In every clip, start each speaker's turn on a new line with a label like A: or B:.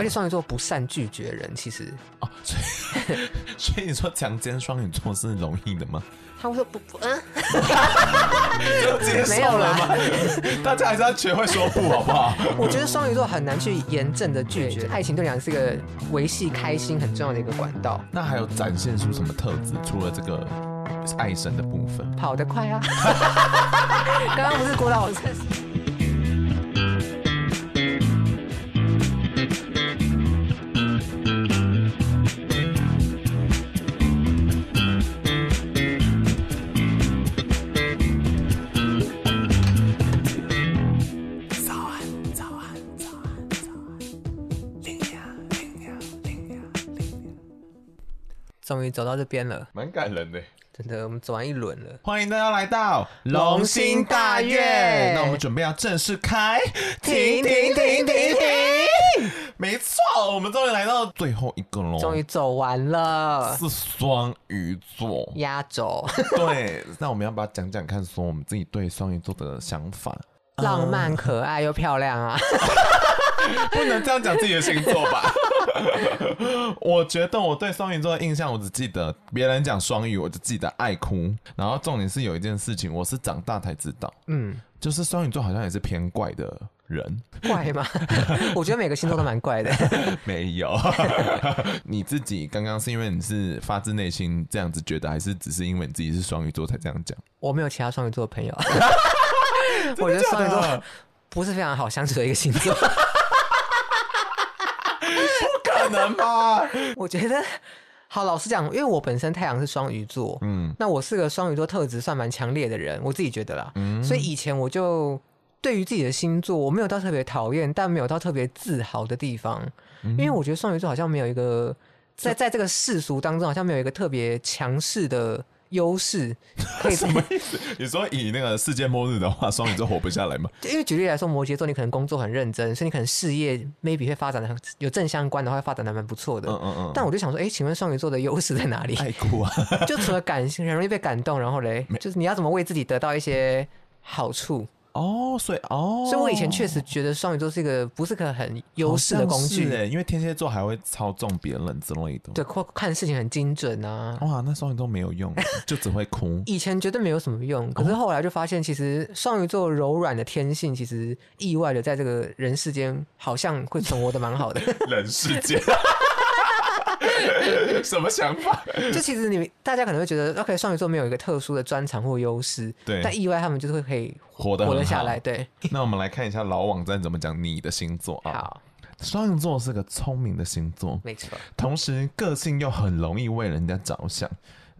A: 而且双鱼座不善拒绝人，其实
B: 哦，所以 所以你说强奸双鱼座是容易的吗？
A: 他会说不不，嗯，
B: 就接
A: 没有
B: 受了吗
A: 啦？。
B: 大家还是要学会说不，好不好？
A: 我觉得双鱼座很难去严正的拒绝，
C: 对
A: 爱情对你来讲是一个维系开心很重要的一个管道。
B: 那还有展现出什么特质？除了这个爱神的部分，
A: 跑得快啊！ 刚刚不是郭老师。终于走到这边了，
B: 蛮感人的。
A: 真的，我们走完一轮了。
B: 欢迎大家来到
A: 龙兴大悦
B: 那我们准备要正式开，
A: 停停停停停！
B: 没错，我们终于来到最后一个喽，
A: 终于走完了，。
B: 是双鱼座
A: 压轴，
B: 对，那我们要不要讲讲看，说我们自己对双鱼座的想法？
A: 浪漫、可爱又漂亮啊！
B: 不能这样讲自己的星座 吧？我觉得我对双鱼座的印象，我只记得别人讲双鱼，我就记得爱哭。然后重点是有一件事情，我是长大才知道，
A: 嗯，
B: 就是双鱼座好像也是偏怪的 人。
A: 怪吗？我觉得每个星座都蛮怪的。
B: 没 有，你自己刚刚是因为你是发自内心这样子觉得，还是只是因为你自己是双鱼座才这样讲？
A: 我没有其他双鱼座的 朋友，我觉得双鱼座不是非常好相处的一个星座。
B: 可能 吧？
A: 我觉得，好，老实讲，因为我本身太阳是双鱼座，
B: 嗯，
A: 那我是个双鱼座特质算蛮强烈的人，我自己觉得啦。
B: 嗯
A: 所以以前我就对于自己的星座，我没有到特别讨厌，但没有到特别自豪的地方，
B: 嗯
A: 因为我觉得双鱼座好像没有一个在在这个世俗当中，好像没有一个特别强势的优势可以
B: 什么意思？你说以那个世界末日的话，双鱼座活不下来吗？
A: 就因为举例来说，摩羯座你可能工作很认真，所以你可能事业 maybe 会发展的有正相关的话，会发展的蛮不错的。
B: 嗯嗯嗯，
A: 但我就想说，哎、请问双鱼座的优势在哪里？
B: 爱哭啊！
A: 就除了感性，很容易被感动，然后嘞，就是你要怎么为自己得到一些好处？
B: 哦，所以哦，
A: 所以我以前确实觉得双鱼座是一个不是个很优势的工
B: 好像是
A: 具，
B: 欸因为天蝎座还会操纵别人之类的。
A: 对，或看事情很精准啊。。
B: 哇，那双鱼座没有用， 就只会哭
A: 以前觉得没有什么
B: 哦
A: 用，可是后来就发现，其实双鱼座柔软的天性，其实意外的在这个人世间好像会存活的蛮 好的。
B: 人世间，什么想法？
A: 就其实你们大家可能会觉得，OK，双鱼座没有一个特殊的专长或优势，
B: 对
A: 但意外他们就是会可以
B: 活得
A: 活
B: 很
A: 得下
B: 好
A: 来。对，
B: 那我们来看一下老网站怎么讲你的星座啊。
A: 好，
B: 双鱼座是个聪明的星座，
A: 没错，
B: 同时个性又很容易为人家着想，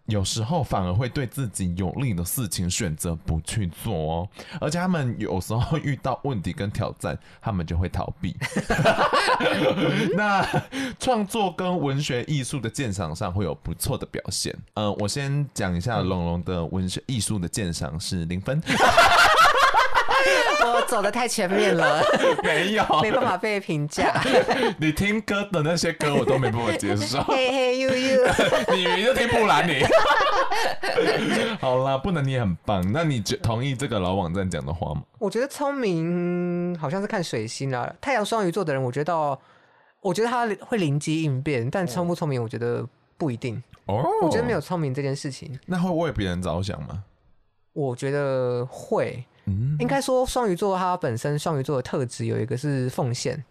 B: 有时候反而会对自己有利的事情选择不去做哦。而且他们有时候遇到问题跟挑战，他们就会逃 避。那创作跟文学艺术的鉴赏上会有不错的表现。呃，我先讲一
A: 嗯
B: 下龙龙的文学艺术的鉴赏是零 分，
A: 我走的太前面了，
B: 没有。
A: 没办法被评价。
B: 你听歌的那些歌我都没办法接受。
A: 嘿嘿呦呦，
B: 你明明就听布兰 妮。好啦，不能你也很棒。那你觉同意这个老网站讲的话吗？
A: 我觉得聪明好像是看水星啦。太阳双鱼座的人，我觉得到，我觉得他会灵机应变，但聪不聪明，我觉得不一定。
B: 哦，
A: 我觉得没有。聪明这件事情，
B: 那会为别人着想吗？
A: 我觉得会。
B: 嗯，
A: 应该说，双鱼座它本身双鱼座的特质有一个是奉献，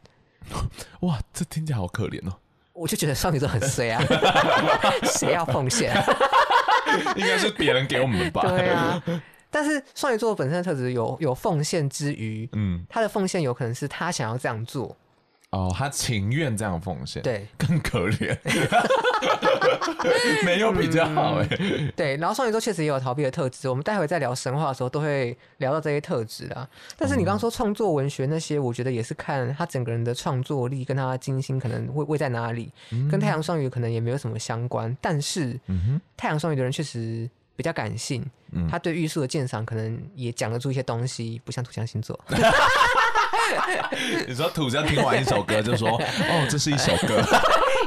B: 哇，这听起来好可怜 哦。
A: 我就觉得双鱼座很衰 啊，谁要奉献？
B: 应该是别人给我们吧？
A: 对啊，但是双鱼座本身的特质有有奉献之余，
B: 嗯，
A: 他的奉献有可能是他想要这样做，
B: 哦，他情愿这样奉献，，
A: 对
B: 更可 怜，没有比较好哎、
A: 对。然后双鱼座确实也有逃避的特质，我们待会在聊神话的时候都会聊到这些特质啦。但是你刚
B: 嗯
A: 刚说创作文学那些，我觉得也是看他整个人的创作力跟他精心可能会位在哪里，跟太阳双鱼可能也没有什么相关。但是
B: 嗯
A: 太阳双鱼的人确实比较感性，
B: 嗯
A: 他对玉树的鉴赏可能也讲得出一些东西，不像土象星 座。
B: 哼，你说土象听完一首歌就 说，哦，这是一首歌，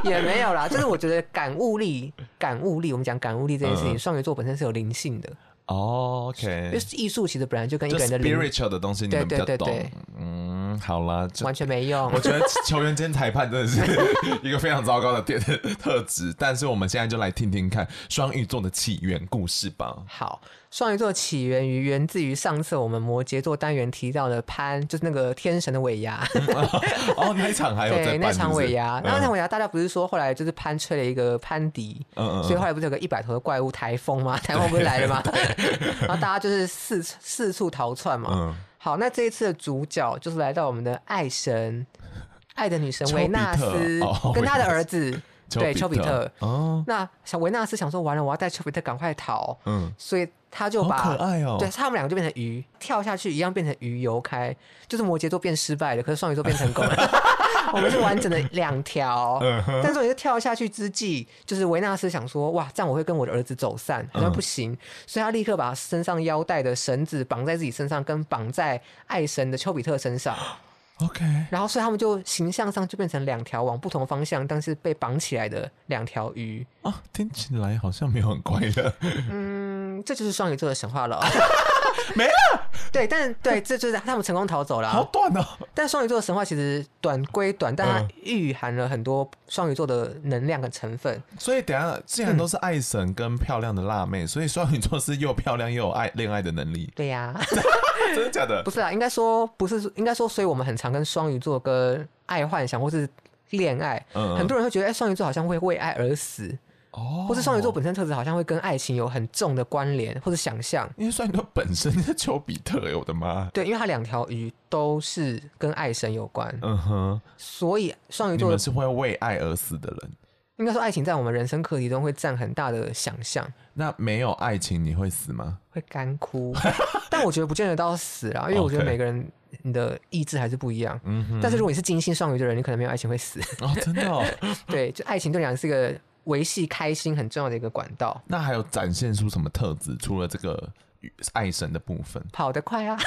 A: 也没有啦，就是我觉得感悟力，感悟力，我们讲感悟力这件事
B: 嗯
A: 情，双鱼座本身是有灵性的，
B: 哦
A: 因为
B: ，OK，
A: 艺术其实本来就跟一
B: 就
A: 个人的灵
B: spiritual 的东西你们比较
A: 对对对
B: 懂
A: 对，
B: 嗯。嗯，好啦，就
A: 完全没用
B: 我。觉得球员兼裁判真的是一个非常糟糕的特 特质，但是我们现在就来听听看双鱼座的起源故事吧。
A: 好，双鱼座起源于源自于上次我们摩羯座单元提到的潘，就是那个天神的尾牙，
B: 哦，那一场 还有在
A: 对，
B: 办
A: 那场
B: 是嗯不是
A: 尾牙，那场尾牙大家不是说后来就是潘吹了一个潘迪，
B: 嗯嗯嗯
A: 所以后来不是有个一百头的怪物台风吗？台风不是来了吗？ 然后大家就是四四处逃窜嘛。
B: 嗯
A: 好，那这一次的主角就是来到我们的爱神，爱的女神
B: 丘
A: 维
B: 比特
A: 纳斯、
B: 哦
A: 跟她的
B: 维纳斯
A: 儿子，
B: 嗯
A: 对，丘比特。
B: 哦，
A: 那小维纳斯想说，完了，我要带丘比特赶快逃，
B: 嗯，
A: 所以他就
B: 好
A: 把
B: 可爱哦，
A: 对，他们两个就变成鱼，跳下去一样变成鱼游开，就是摩羯座变失败了，可是双鱼座变 成功了。我们是完整的两条，
B: 嗯
A: 但是我就跳下去之际，就是维纳斯想说，哇，这样我会跟我的儿子走散，好像不
B: 嗯
A: 行，所以他立刻把身上腰带的绳子绑在自己身上，跟绑在爱神的丘比特身 上，
B: ，OK，
A: 然后所以他们就形象上就变成两条往不同方向，但是被绑起来的两条鱼。
B: 啊，听起来好像没有很快 乐，
A: 嗯，这就是双鱼座的神话了哦。
B: 没了，
A: 对，但对，这就是他们成功逃走了啊。
B: 好短哦，
A: 但双鱼座的神话其实短归短，但
B: 嗯
A: 它蕴含了很多双鱼座的能量跟成分。
B: 所以等一下既然
A: 嗯
B: 都是爱神跟漂亮的辣妹，所以双鱼座是又漂亮又有爱恋爱的能 力，
A: 对呀、
B: 真的假的
A: 不？是啊啦，应该说不是，应该说，所以我们很常跟双鱼座跟爱幻想或是恋爱，
B: 嗯嗯
A: 很多人会觉得，哎、双鱼座好像会为爱而死，
B: 哦
A: 或是双鱼座。本身特质好像会跟爱情有很重的关联或者想象。
B: 因为双鱼座本身是丘比特哎、我的妈！
A: 对，因为它两条鱼都是跟爱神有关，
B: 嗯哼，
A: 所以双鱼
B: 你
A: 座
B: 们是会为爱而死的人。
A: 应该说爱情在我们人生课题中会占很大的想象。
B: 那没有爱情你会死吗？
A: 会干枯，但我觉得不见得到死啊，因为我觉得
B: OK
A: 每个人你的意志还是不一样。
B: 嗯哼，
A: 但是如果你是金星双鱼的人，你可能没有爱情会死。
B: 哦，真的哦。
A: 对，就爱情对你来讲是一个维系开心很重要的一个管道。
B: 那还有展现出什么特质？除了这个爱神的部 分，
A: 跑得快啊！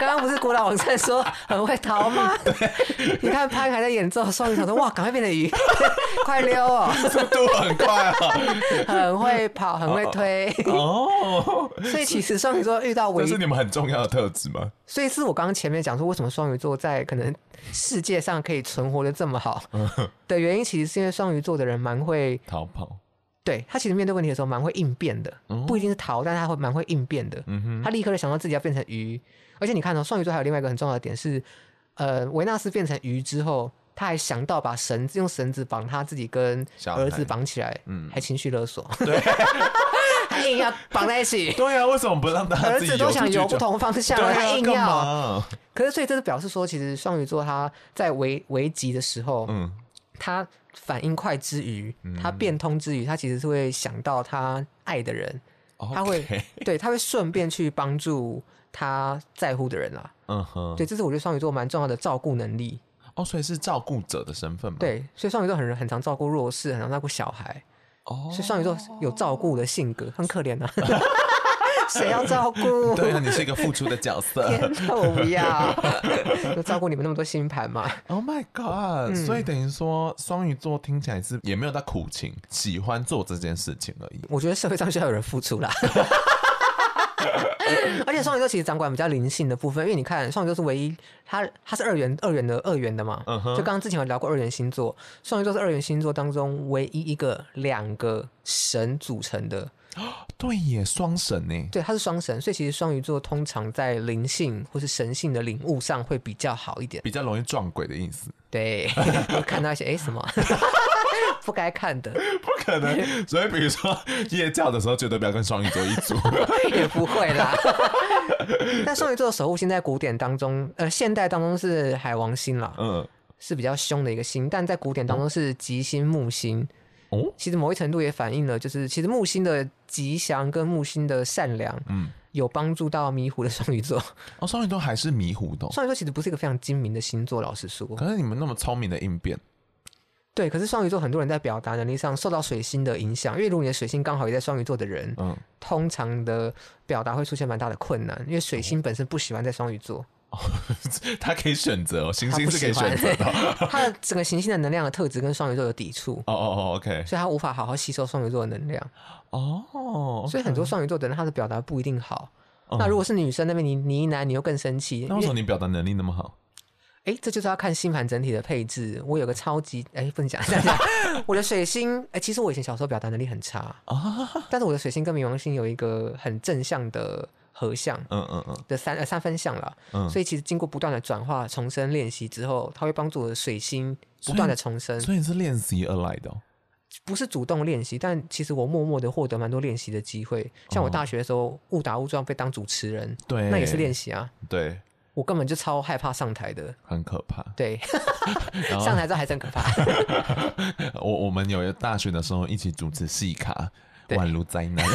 A: 刚刚不是古老网站说很会逃吗？ 你看潘还在演奏双鱼，想说哇，赶快变成鱼， 快溜哦，
B: 速度很快啊！
A: 很会跑，很会推。
B: 哦，
A: 所以其实双鱼座遇到危
B: 这是你们很重要的特质吗？
A: 所以是我刚刚前面讲说，为什么双鱼座在可能世界上可以存活的这么好
B: 嗯
A: 的原因，其实是因为双鱼座的人蛮会，
B: 逃跑。
A: 对他其实面对问题的时候蛮会应变的，不一定是逃，但是他会蛮会应变的。
B: 哦嗯哼，
A: 他立刻就想到自己要变成鱼，而且你看哦，双鱼座还有另外一个很重要的点是，呃，维纳斯变成鱼之后，他还想到把绳子用绳子绑他自己跟
B: 小孩
A: 儿子绑起来，嗯，还情绪勒索，
B: 对，
A: 还硬要绑在一起
B: 对啊，为什么不让大家
A: 儿
B: 自己
A: 子都想游不
B: 出去就好？
A: 同方向
B: 对
A: 了，他
B: 啊，
A: 硬
B: 干
A: 要。
B: 嘛？
A: 可是，所以这是表示说，其实双鱼座他在危危急的时候，
B: 嗯，
A: 他反应快之余，他变通之余，他其实是会想到他爱的人，他会
B: OK
A: 对，他会顺便去帮助他在乎的人啦。
B: 嗯哼，
A: 对，这是我觉得双鱼座蛮重要的照顾能力。
B: 哦，所以是照顾者的身份嘛？，
A: 对，所以双鱼座很人很常照顾弱势，很常照顾小孩，
B: 哦
A: 所以，双鱼座有照顾的性格，很可 怜啊。谁要照顾？
B: 对啊，你是一个付出的角
A: 天
B: 色。
A: 哪，我不要， 就照顾你们那么多星盘嘛。
B: Oh my god！、所以
A: 嗯
B: 等于说，双鱼座听起来是也没有到苦情，喜欢做这件事情而已。
A: 我觉得社会上需要有人付出啦。 而且双鱼座其实掌管比较灵性的部分，因为你看双鱼座是唯一，它它是二元二元的二元的嘛。
B: 嗯哼
A: 就刚刚之前有聊过二元星座，双鱼座是二元星座当中唯一一个两个神组成的，
B: 对耶，双神呢？
A: 对，它是双神，所以其实双鱼座通常在灵性或是神性的领悟上会比较好一点。
B: 比较容易撞鬼的意思，
A: 对， 会看到一些哎、诶什么 不该看的
B: 不 可能。所以比如说夜教的时候，绝对不要跟双鱼座一组。
A: 也不会啦。但双鱼座的守护星在古典当中，呃，现代当中是海王星啦，
B: 嗯，
A: 是比较凶的一个星，但在古典当中是吉星木星。
B: 哦，
A: 其实某一程度也反映了，就是其实木星的吉祥跟木星的善良，
B: 嗯，
A: 有帮助到迷糊的双鱼座。
B: 哦，双鱼座还是迷糊的哦、
A: 双鱼座其实不是一个非常精明的星座，老实说。
B: 可是你们那么聪明的应变，
A: 对，可是双鱼座很多人在表达能力上受到水星的影响，因为如果你的水星刚好也在双鱼座的人，
B: 嗯，
A: 通常的表达会出现蛮大的困难，因为水星本身不喜欢在双鱼座。
B: 他可以选择哦，星
A: 他
B: 星
A: 不
B: 是可
A: 喜
B: 以选
A: 欢
B: 择 的哦。
A: 他的整个行星的能量的特质跟双鱼座有抵触，
B: 哦哦哦，OK，
A: 所以他无法好好吸收双鱼座的能量，
B: 哦，
A: 所以很多双鱼座的人他的表达不一定好。
B: 嗯
A: 那如果是女生那边你你一男，你又更生气。
B: 那为什么你表达能力那么好？
A: 哎、这就是要看星盘整体的配置。我有个超级哎、不能讲，这样 讲我的水星哎、其实我以前小时候表达能力很差
B: 啊
A: 但是我的水星跟冥王星有一个很正向的合相
B: 嗯嗯嗯
A: 的三呃三分相了，
B: 嗯，
A: 所以其实经过不断的转化、重生练习之后，它会帮助我的水星不断的重生，
B: 所以你是练习而来的哦、
A: 不是主动练习，但其实我默默的获得蛮多练习的机会。像我大学的时候误打误撞被当主持人，
B: 哦对，
A: 那也是练，习啊，
B: 对，
A: 我根本就超害怕上台的。
B: 很可怕。
A: 对，
B: 然后
A: 上台之后还真可怕。
B: 我我们有大学的时候一起主持戏卡，
A: 对
B: 宛如灾 难，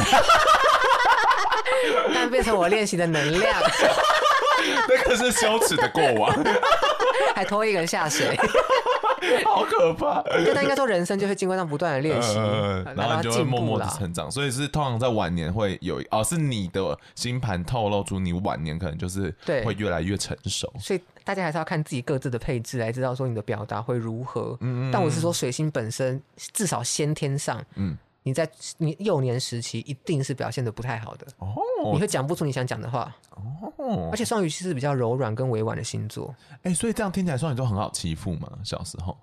A: 但变成我练习的能量，
B: 那个是羞耻的过往，
A: 还拖一个人下水。
B: 好可怕。
A: 对，但应该说人生就会经过这样不断的练习，
B: 呃
A: 呃
B: 然后你就会
A: 进步
B: 默默的
A: 啦
B: 成长，所以是通常在晚年会有哦，是你的星盘透露出你晚年可能就是
A: 对
B: 会越来越成熟，
A: 所以大家还是要看自己各自的配置来知道说你的表达会如何。但我是说水星本身至少先天上，
B: 嗯
A: 你在你幼年时期一定是表现的不太好的，
B: 哦
A: 你会讲不出你想讲的话。
B: 哦
A: 而，且双鱼其实是比较柔软跟委婉的星座。
B: 哎、所以这样听起来双鱼座很好欺负嘛，小时候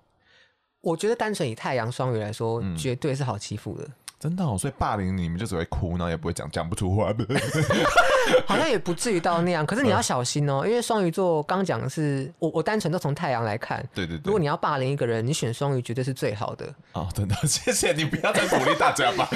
A: 我觉得单纯以太阳双鱼来说，
B: 嗯
A: 绝对是好欺负的，
B: 真的、哦，所以霸凌你们就只会哭，然后也不会讲讲不出话 的，
A: 好像也不至于到那 样。可是你要小心哦，因为双鱼座刚讲的是我，我单纯都从太阳来看，
B: 对对对，
A: 如果你要霸凌一个人，你选双鱼绝对是最好的。
B: 哦，真的， 谢谢你，不要再鼓励大家吧。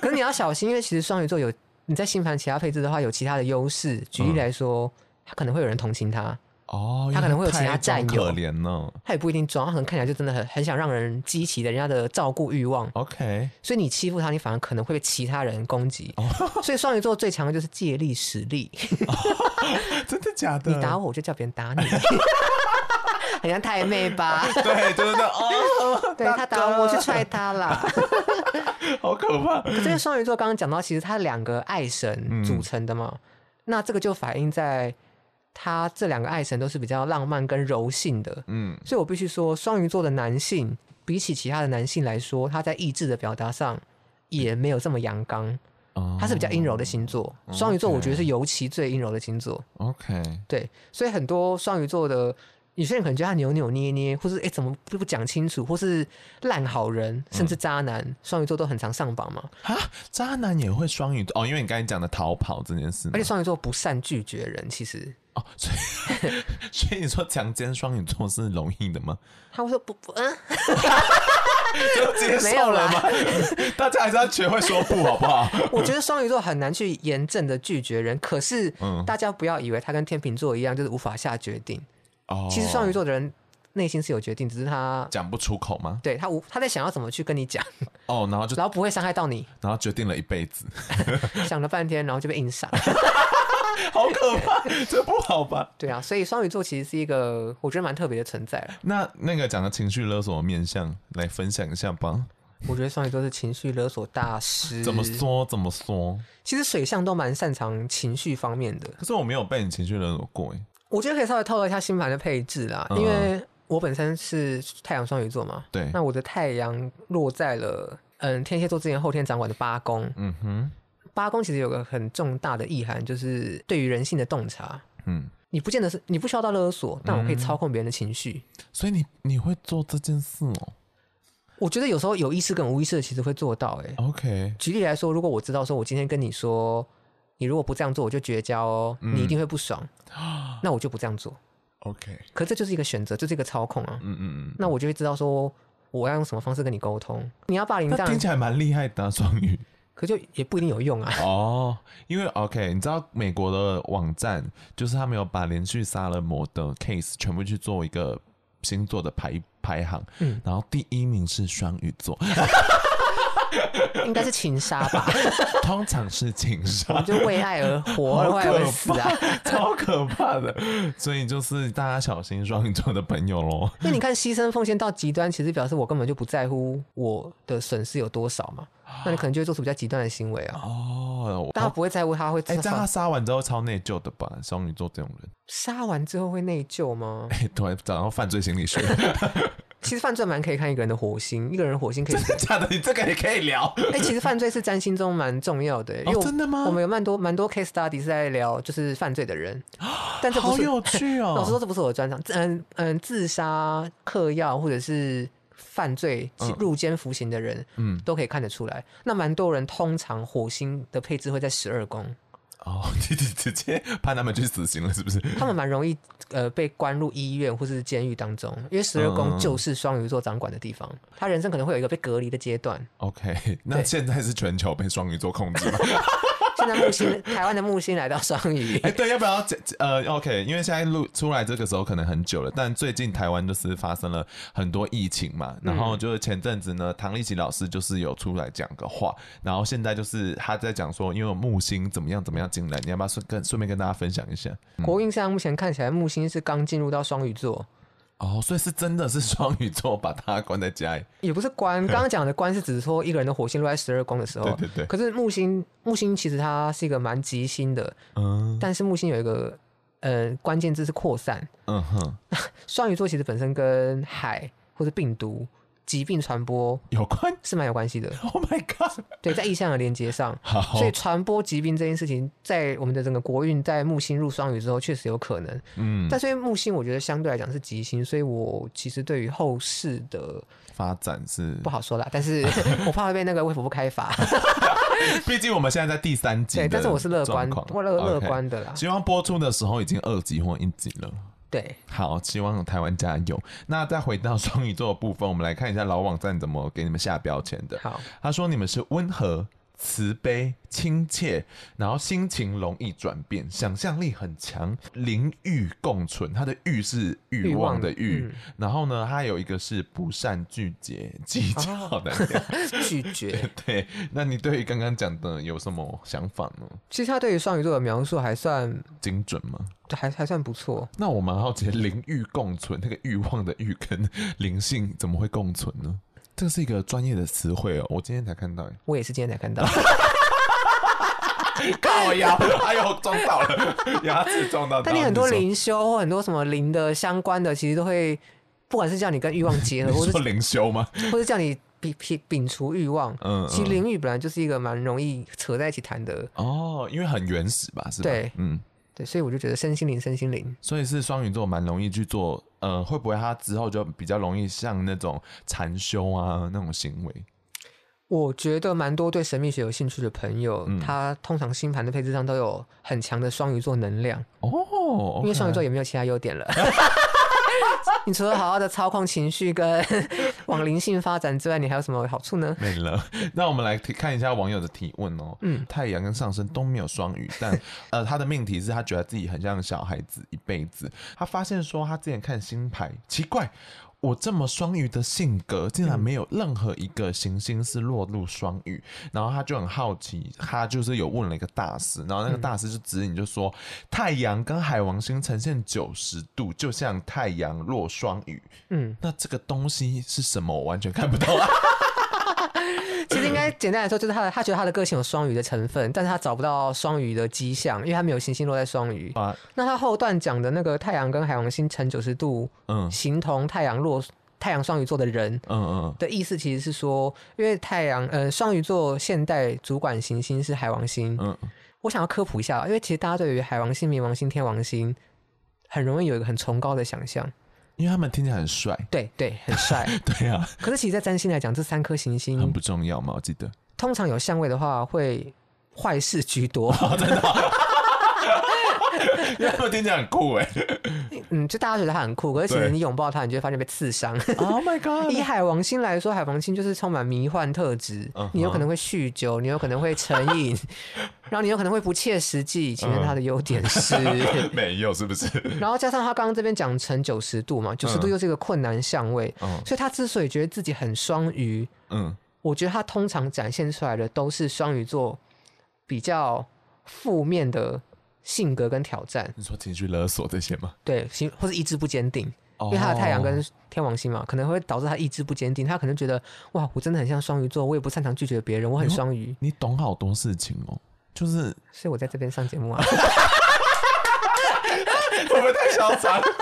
A: 可是你要小心，因为其实双鱼座有你在星盘其他配置的话，有其他的优势。举例来说，他可能会有人同情他，
B: 哦，
A: 他可能会有其他
B: 太
A: 战友
B: 可怜呢。
A: 他也不一定装，他可能看起来就真的很很想让人激起人家的照顾欲望，
B: OK，
A: 所以你欺负他，你反而可能会被其他人攻击。
B: 哦
A: 所以双鱼座最强的就是借力使力，
B: 嗯真的假的？
A: 你打我，我就叫别人打你。 很像太妹 吧？
B: 对，就是那哦，
A: 对
B: 大
A: 他
B: 哥
A: 打我，我去踹他啦。
B: 好可怕。
A: 这个双鱼座刚刚讲到，其实它两个爱神
B: 嗯
A: 组成的嘛，那这个就反映在他这两个爱神都是比较浪漫跟柔性的，
B: 嗯，
A: 所以我必须说，双鱼座的男性比起其他的男性来说，他在意志的表达上也没有这么阳刚，
B: 哦
A: 他是比较阴柔的星座。双鱼座我觉得是尤其最阴柔的星座，
B: OK，
A: 对，所以很多双鱼座的。有些人可能觉得他扭扭捏捏，或是哎、诶怎么不不讲清楚，或是烂好
B: 嗯
A: 人，甚至渣男，双、鱼座都很常上榜嘛。
B: 啊，渣男也会双鱼哦，因为你刚才讲的逃跑这件事嘛，
A: 而且双鱼座不善拒绝人，其实
B: 哦，所 以所以你说强奸双鱼座是容易的吗？
A: 他会说不不嗯，
B: 就接
A: 没有
B: 受了
A: 啦
B: 吗？ 大家还是要学会说不，好不好？
A: 我觉得双鱼座很难去严正的拒绝人。可是
B: 嗯
A: 大家不要以为他跟天秤座一样，就是无法下决定。
B: 哦，
A: 其实双鱼座的人内心是有决定，只是他
B: 讲不出口吗？
A: 对他无他在想要怎么去跟你 讲，
B: 哦，然后就
A: 然后不会伤害到你。
B: 然后决定了一辈 子，
A: 想了半天，然后就被硬上。
B: 好可怕，这不好吧？
A: 对啊，所以双鱼座其实是一个我觉得蛮特别的存在啊啦。
B: 那那个讲的情绪勒索的面向来分享一下吧，
A: 我觉得双鱼座是情绪勒索大师。
B: 怎么？说怎么说？
A: 其实水象都蛮擅长情绪方面的。
B: 可是我没有被你情绪勒索过哎，
A: 我觉得可以稍微透露一下星盘的配置啦，
B: 嗯
A: 因为我本身是太阳双鱼座嘛，
B: 对
A: 那我的太阳落在了嗯天蝎座之前后天掌管的八宫，
B: 嗯哼，
A: 八宫其实有个很重大的意涵，就是对于人性的洞察。
B: 嗯，
A: 你不见得是你不需要到勒索，但我可以操控别人的情绪。
B: 所以你你会做这件事哦
A: 我觉得有时候有意识跟无意识的其实会做到、欸。
B: ？OK，
A: 举例来说，如果我知道说我今天跟你说，你如果不这样做我就绝交哦，你
B: 嗯
A: 一定会不爽，那我就不这样做。
B: OK，
A: 可这就是一个选择，这就是一个操控啊。
B: 嗯嗯
A: 那我就会知道说我要用什么方式跟你沟通。你要霸凌
B: 嗯，那
A: 当然
B: 听，起来蛮厉害的啊、双 语
A: 可就也不一定有用 啊。
B: 哦，因为 OK，你知道美国的网站就是他们有把连续杀人魔的 case 全部去做一个星座的排排行，
A: 嗯
B: 然后第一名是双鱼座，
A: 应该是情杀吧？
B: 通常是情
A: 我
B: 商
A: 们。就为爱而活，而
B: 好
A: 为爱而死啊！
B: 超可怕的，所以就是大家小心双鱼座的朋友喽。
A: 因为你看，牺牲奉献到极端，其实表示我根本就不在乎我的损失有多少嘛。那你可能就会做出比较极端的行为啊。
B: 啊哦，
A: 大家不会在乎他会
B: 哎、这样他杀完之后超内疚的吧？双鱼座这种人，
A: 杀完之后会内疚吗？
B: 哎、突然讲到犯罪心理学，
A: 其实犯罪蛮可以看一个人的火星，一个人火星可以
B: 真。的假的？你这个也可以聊。
A: 哎、其实犯罪是占星中蛮重要的、因为
B: 哦
A: 我
B: 真的吗
A: 我们有蛮多蛮多 case study 是在聊就是犯罪的 人，但这不
B: 好
A: 是
B: 有趣哦！
A: 老实说，这不是我的专长。嗯嗯，自杀、嗑药或者是犯罪
B: 嗯
A: 入监服刑的人，
B: 嗯，
A: 都可以看得出来。那蛮多人通常火星的配置会在十二 宫，
B: 哦， 你你直接判他们去死刑了，是不是？
A: 他们蛮容易呃被关入医院或是监狱当中，因为十二
B: 嗯嗯
A: 宫
B: 嗯
A: 就是双鱼座掌管的地方，他人生可能会有一个被隔离的阶段。
B: OK，那
A: 对
B: 现在是全球被双鱼座控制吗？
A: 现在木星，台湾的木星来到双鱼
B: 哎、，对，要不要讲呃，OK，因为现在录出来这个时候可能很久了，但最近台湾就是发生了很多疫情嘛，然后就是前阵子呢，唐立奇老师就是有出来讲个话，然后现在就是他在讲说，因为木星怎么样怎么样进来，你要不要顺跟顺便跟大家分享一下？
A: 国运上目前看起来木星是刚进入到双鱼座。
B: 哦，所以是真的是双鱼座把他关在家里，
A: 也不是关，刚刚讲的关是指说一个人的火星落在十二宫的时候，
B: 对对对
A: 可是木星，木星其实它是一个蛮吉星的，
B: 嗯
A: 但是木星有一个呃关键字是扩散。
B: 嗯哼，
A: 双鱼座其实本身跟海或者病毒、疾病传播
B: 有关
A: 是蛮有关系的，
B: ，Oh my God，
A: 对，在意象的连接上，
B: 好
A: 所以，传播疾病这件事情，在我们的整个国运在木星入双鱼之后，确实有可能。
B: 嗯，
A: 但是因为木星，我觉得相对来讲是吉星，所以我其实对于后世的
B: 发展是
A: 不好说 啦，但是 我怕会被那个卫福部开罚。
B: 毕竟我们现在在第三集的
A: 对，但
B: 状况，
A: 是我是乐观，我乐乐
B: OK
A: 观的啦。
B: 希望播出的时候已经二集或一集了。
A: 对，
B: 好，希望台湾加油。那再回到双鱼座的部分，我们来看一下老网站怎么给你们下标签的。
A: 好，
B: 他说你们是温和、慈悲、亲切，然后心情容易转变，想象力很强，灵欲共存。他的欲是欲望的欲，
A: 欲望嗯
B: 然后呢，他有一个是不善拒绝、计较的。
A: 拒 绝。
B: 对，那你对于刚刚讲的有什么想法呢？
A: 其实他对于双鱼座的描述还算
B: 精准吗？
A: 还还算不错。
B: 那我蛮好奇，灵欲共存那个欲望的欲跟灵性怎么会共存呢？这是一个专业的词汇哦，我今天才看 到耶。
A: 我也是今天才看 到，
B: 靠腰，哎呦，撞到了，牙齿撞到。
A: 但你很多
B: 灵，
A: 灵修或很多什么灵的相关的，其实都会，不管是叫你跟欲望 结合，或
B: 你说
A: 是
B: 灵修 吗？
A: 或是叫你摒摒摒除欲望。
B: 嗯，
A: 其实
B: 嗯
A: 灵欲本来就是一个蛮容易扯在一起谈的，
B: 哦，因为很原始吧，是吧？
A: 对
B: 嗯，
A: 对，所以我就觉得身心灵，身心灵，
B: 所以是双鱼座蛮容易去做，呃，会不会他之后就比较容易像那种禅修啊那种行为？
A: 我觉得蛮多对神秘学有兴趣的朋友，
B: 嗯
A: 他通常星盘的配置上都有很强的双鱼座能量。
B: 哦，
A: 因为双鱼座
B: OK
A: 也没有其他优点了。你除了好好的操控情绪 跟往灵性发展之外，你还有什么好处呢？
B: 没了。 那我们来看一下网友的提问哦。
A: 嗯
B: 太阳跟上升都没有双鱼，但 呃，他的命题是他觉得自己很像小孩子一辈子。他发现说，他之前看星牌，奇怪，我这么双鱼的性格，竟然没有任何一个行星是落入双鱼。然后他就很好奇，他就是有问了一个大师，然后那个大师就指引就说，太阳跟海王星呈现九十度，就像太阳落双鱼。
A: 嗯，
B: 那这个东西是什么？我完全看不到啊。
A: 其实应该简单来说，就是他的他觉得他的个性有双鱼的成分，但是他找不到双鱼的迹象，因为他没有行星落在双鱼。
B: 啊
A: 那他后段讲的那个太阳跟海王星成九十度，
B: 嗯
A: 形同太阳落太阳双鱼座的人。
B: 嗯嗯，
A: 的意思其实是说，因为太阳，呃，双鱼座现代主管行星是海王星，
B: 嗯，
A: 我想要科普一下，因为其实大家对于海王星、冥王星、天王星，很容易有一个很崇高的想象。
B: 因为他们听起来很帅，
A: 对对，很帅。
B: 对啊，
A: 可是其实，在占星来讲，这三颗行
B: 很
A: 星
B: 不重要嘛，我记得。
A: 通常有相位的话，会坏事居 多。
B: 哦因为他们听起来很酷哎。
A: 嗯，就大家觉得它很酷，可是其实
B: 对
A: 你拥抱它，你就会发现被刺伤。
B: Oh my
A: 以海王星来说，海王星就是充满迷幻特质
B: 嗯哼
A: 你有可能会酗酒，你有可能会成瘾，然后你有可能会不切实际。其实它的
B: 嗯
A: 优点是。
B: 没有是不 是？
A: 然后加上他刚刚这边讲成九十度嘛，九十度
B: 嗯
A: 又是一个困难相位，
B: 嗯
A: 所以他之所以觉得自己很双鱼，
B: 嗯，
A: 我觉得他通常展现出来的都是双鱼座比较负面的性格跟挑战，
B: 你说情绪勒索这些吗？
A: 对，心或是意志不坚定，
B: 因
A: 因为他的太阳跟天王星嘛，可能会导致他意志不坚定，他可能觉得哇，我真的很像双鱼座，我也不擅长拒绝别人，我很双鱼，
B: 你懂好多事情哦，就是
A: 所以我在这边上节目啊，
B: 会不会太嚣 张。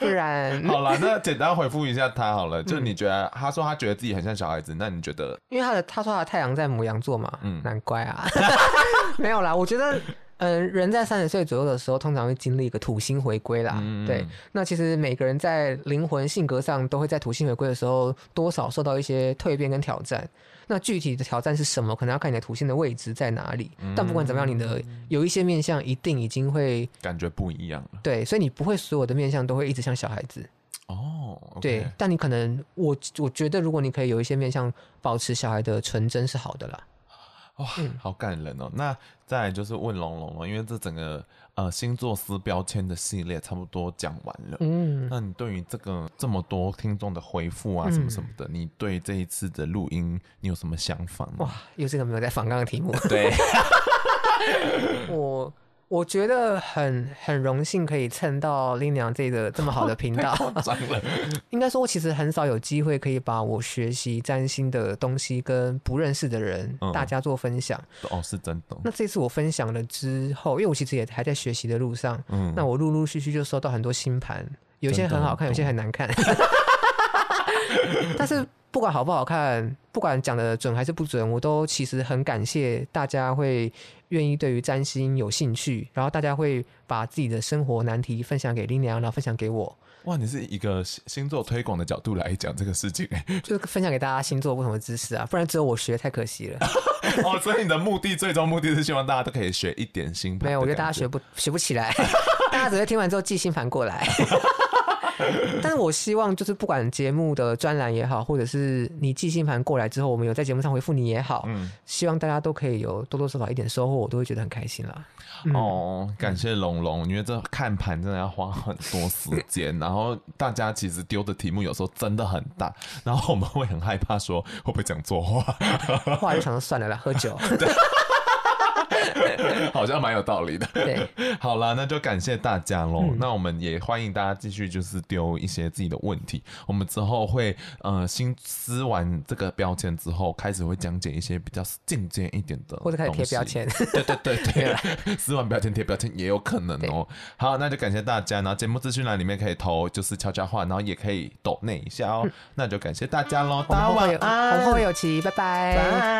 A: 不然，
B: 好了，那简单回复一下他好了，就你觉得他说他觉得自己很像小孩子，那你觉得？
A: 因为他的他说他的太阳在母羊座嘛，
B: 嗯
A: 难怪啊， 没有啦，我觉得。嗯，人在三十岁左右的时候，通常会经历一个土星回归啦。
B: 嗯
A: 对，那其实每个人在灵魂性格上都会在土星回归的时候，多少受到一些蜕变跟挑战。那具体的挑战是什么，可能要看你的土星的位置在哪里。
B: 嗯
A: 但不管怎么样，你的有一些面相一定已经会
B: 感觉不一样了
A: 对，所以你不会所有的面相都会一直像小孩子。
B: 哦。OK
A: 对，但你可能我我觉得，如果你可以有一些面向保持小孩的纯真是好的啦。
B: 哇，
A: 嗯
B: 好感人哦！那再来就是问龙龙了，因为这整个呃星座撕标签的系列差不多讲完了。
A: 嗯，
B: 那你对于这个这么多听众的回复啊，什么什么的，你对这一次的录音，你有什么想法吗？
A: 嗯哇， 又是个没有在反纲的题目。
B: 对，
A: 我我觉得很很荣幸可以蹭到林娘这个这么 好的频 道。
B: 脏了，
A: 应该说，我其实很少有机会可以把我学习占星的东西跟不认识的人、
B: 嗯
A: 大家做分享。
B: 哦，是真的。
A: 那这次我分享了之后，因为我其实也还在学习的路上，
B: 嗯
A: 那我陆陆续续就收到很多星盘，有些
B: 真的
A: 很好
B: 很
A: 看，有些
B: 多
A: 很难看。 但是不管好不好看，不管讲的准还是不准，我都其实很感谢大家会愿意对于占星有兴趣，然后大家会把自己的生活难题分享给林娘，然后分享给我，
B: 哇，你是以一个星星座推广的角度来讲这个事情、欸，
A: 就是分享给大家星座不同的知识啊，不然只有我学太可惜了。
B: 哦，所以你的目的最终目的是希望大家都可以学一点星盘。
A: 没有，我觉得大家学，不学不起来， 大家只会听完之后记星盘过来。 但是我希望就是不管节目的专栏也好，或者是你记星盘过来之后，我们有在节目上回复你也好，
B: 嗯，
A: 希望大家都可以有多多少少一点收获，我都会觉得很开心 啦。
B: 哦，感谢龙龙，因为这看盘真的要花很多时间，然后大家其实丢的题目有时候真的很大，然后我们会很害怕说会不会讲错话，
A: 后来就想说算了啦，喝酒。
B: 好像蛮有道理的。
A: 对，
B: 好啦，那就感谢大家喽。
A: 嗯
B: 那我们也欢迎大家继续就是丢一些自己的问题，我们之后会呃新撕完这个标签之后，开始会讲解一些比较进阶一点的，
A: 或者开始贴标。签。
B: 对对对 对，撕完标签贴标签也有可能哦。好，那就感谢大家，然后节目资讯栏里面可以投就是悄悄话，然后也可以抖内一下哦。那就感谢大家喽，
A: 嗯我
B: 大家
A: 们后会
B: 晚
A: 有，我们后
B: 安，
A: 会有期，拜拜。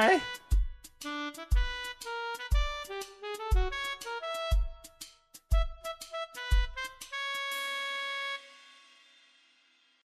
B: 拜。